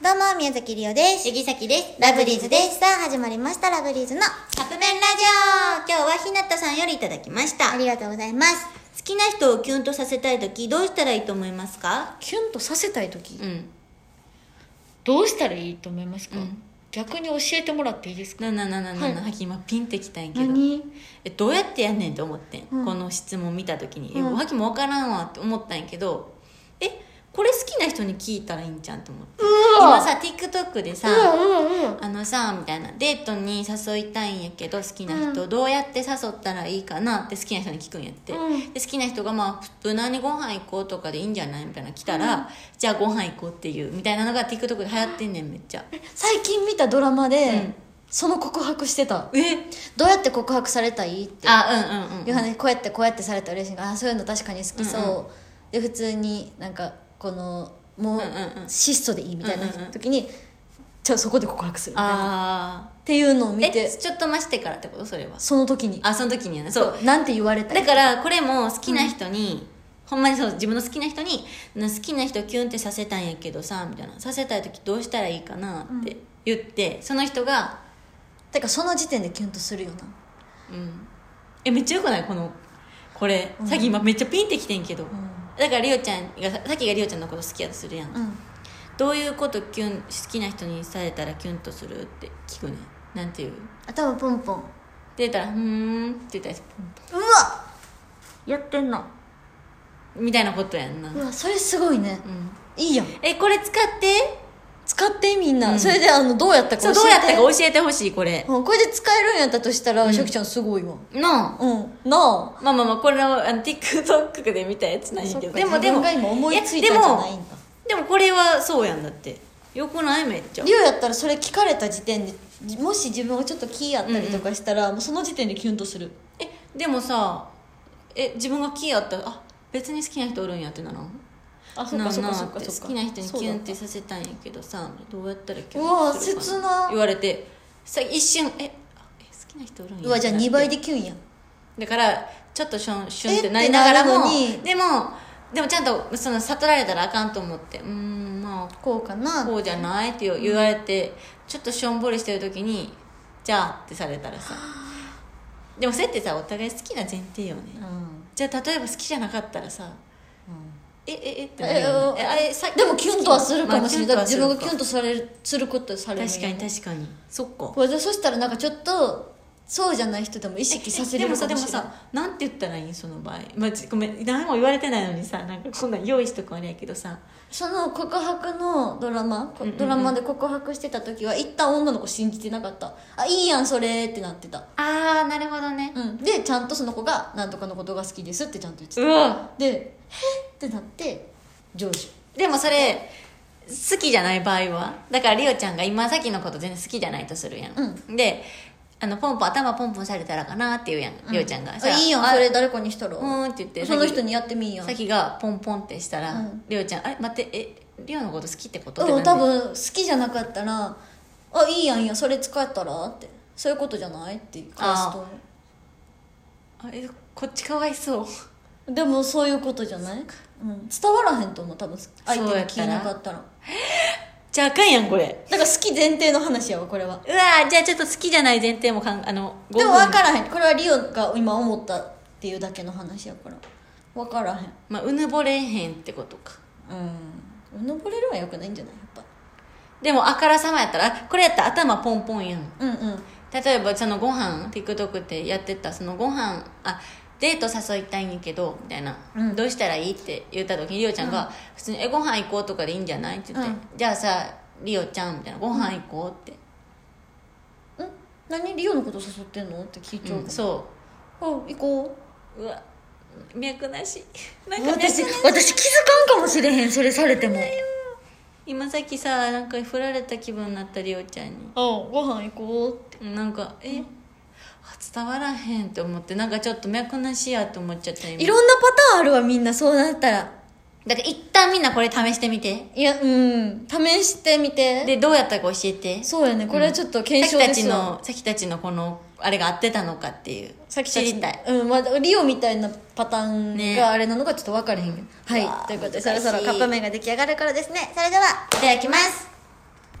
どうも、宮崎りおです。杉崎です。ラブリーズです。さあ、始まりました、ラブリーズの。カップ麺ラジオ今日はひなたさんよりいただきました。あ好りがとうございます。きな人をキュンとさせたいとき、どうしたらいいと思いますかキュンとさせたい時、うん。どうしたらいいと思いますか、うん逆に教えてもらっていいですかなななななな、ははき今ピンってきたんやけど。何え、どうやってやんねんと思ってん。うんこの質問見たときに。え、うんはきもわからんわって思ったんやけど、え、これ好きな人に聞いたらいいんじゃんと思って。今さ、TikTok でさ、うんうんうん。あのさみたいなデートに誘いたいんやけど好きな人、どうやって誘ったらいいかなって好きな人に聞くんやって、うんで好きな人が、まあ「無難にご飯行こう」とかでいいんじゃないみたいなの来たら、じゃあご飯行こう」っていうみたいなのが TikTok で流行ってんねんめっちゃ最近見たドラマで、うんその告白してたえどうやって告白されたいってあうんういんううん話こうやってこうやってされたら嬉しいからあそういうの確かに好きそう、うんで普通になんかこのもううんうんうん質素でいいみたいなうんうんうん時に、じゃあそこで告白するみたいなっあていうのをー見えてちょっと増してからってことそれはその時にあその時にやなそうなんて言われたいだからこれも好きな人に、ほんまにそう自分の好きな人にな好きな人キュンってさせたんやけどさみたいなさせたい時どうしたらいいかなって言って、その人が、だからその時点でキュンとするよなうん、えめっちゃよくないこのこれ、さっき今めっちゃピンってきてんけど、だからりおちゃんがささっきがりおちゃんのこと好きやとするやん、んどういうことキュン好きな人にされたらキュンとするって聞くねんなんて言う頭ポンポン。で言ったら「うーん」って言ったらポンうわポン「やってんの」みたいなことやんな、うわそれすごいねうん、いいやんえこれ使って使ってみんな、うんそれであのどうやったか教そえてうどうやったか教えてほしいこれうんこれで使えるんやったとしたら、シャキちゃんすごいわのうんなまあまあまあこれをあの TikTok で見たやつなんやあけどででももででももが今思いついやたんじゃないでもんだでもこれはそうやんだってよくないめっちゃリオやったらそれ聞かれた時点でじもし自分がちょっとキーやったりとかしたら、もうその時点でキュンとするえでもさえ自分がキーやったらあ別に好きな人おるんやってならんあそっかなそっかなそあっかてそっか好きな人にキュンそっうてさせたんやけどさどうやったらキュンとするうわか切な言われてさ一瞬えあえ好きな人おるんやだうわじゃあってなって2倍でキュンやんだからちょっとシュンシュンっえてってなりながらなるものにでもでもちゃんとその悟られたらあかんと思ってうーんまあこうかなこうじゃないって言う言われてちょっとしょんぼりしてる時にじゃあってされたらさでもそれってさお互い好きな前提よねうんじゃあ例えば好きじゃなかったらさえええってなるえよねええあれさでもキュンとはするかもしれない、まだからあ自分がキュンととされるすることされるんはやするか確かに確かにそっかこれでそしたらなんかちょっとそうじゃない人でも意識させれるでかもさもでもしれないさなんて言ったらいいその場合、まあ、ちごめん何も言われてないのにさなんかこんなん用意しとくあれやけどさその告白のドラマこうんうんうんドラマで告白してた時は一旦女の子信じてなかったあいいやんそれってなってた、ああなるほどねうん、でちゃんとその子が「なんとかのことが好きです」ってちゃんと言ってうたわで「へっ?」ってなって成就でもそれ好きじゃない場合はだからリオちゃんが今さっきのこと全然好きじゃないとするやん、であのポンポン頭ポンポンされたらかなって言うやん、リオちゃんがあいいやんそれ誰かにしたらうーんって言ってその人にやってみんやんさきがポンポンってしたら、うんリオちゃんあれ待ってえリオのこと好きってことってうんな多んで分好きじゃなかったら「あいいやんいいやんそれ使ったら?」ってそういうことじゃないって返すと思あえこっちかわいそううでもそういうことじゃない、うん、伝わらへんと思う多分相手が聞いなかったらじゃああかんやんこれだから好き前提の話やわこれはうわーじゃあちょっと好きじゃない前提もかんあのでも5分からへんこれはリオが今思ったっていうだけの話やから分からへんまあ、うぬぼれへんってことかうんうぬぼれるはよくないんじゃないやっでもあからさまやったらあこれやったら頭ポンポンやんぱうんうん例えばそのご飯 TikTok ってやってたそのご飯あデート誘いたいんやけどみたいな、どうしたらいいって言った時にりおちゃんが、普通に「えご飯行こう」とかでいいんじゃないって言って、うんじゃあさりおちゃん」みたいな「ご飯行こう」って、ん何リオのこと誘ってんのって聞いちゃううんかそら、うん、行こううわ脈なし なんうか脈なし私私気づかんかもしれへんそれされても今さっきさなんか振られた気分になったりおちゃんにうんご飯行こうってなんかえ、あ伝わらへんって思ってなんかちょっと脈なしやと思っちゃった今いろんなパターンあるわみんなそうなったらだから一旦みんなこれ試してみていやうん試してみてでどうやったか教えてさそうやねこれはちょっと検き証たでちすわのさきたちのこのあれが合ってたのかっていうさっき知りたいうん、まだリオみたいなパターンねがあれなのかちょっと分かれへんけど、うわはーいということで難しいそろそろカップ麺が出来上がるからですねそれではいただきます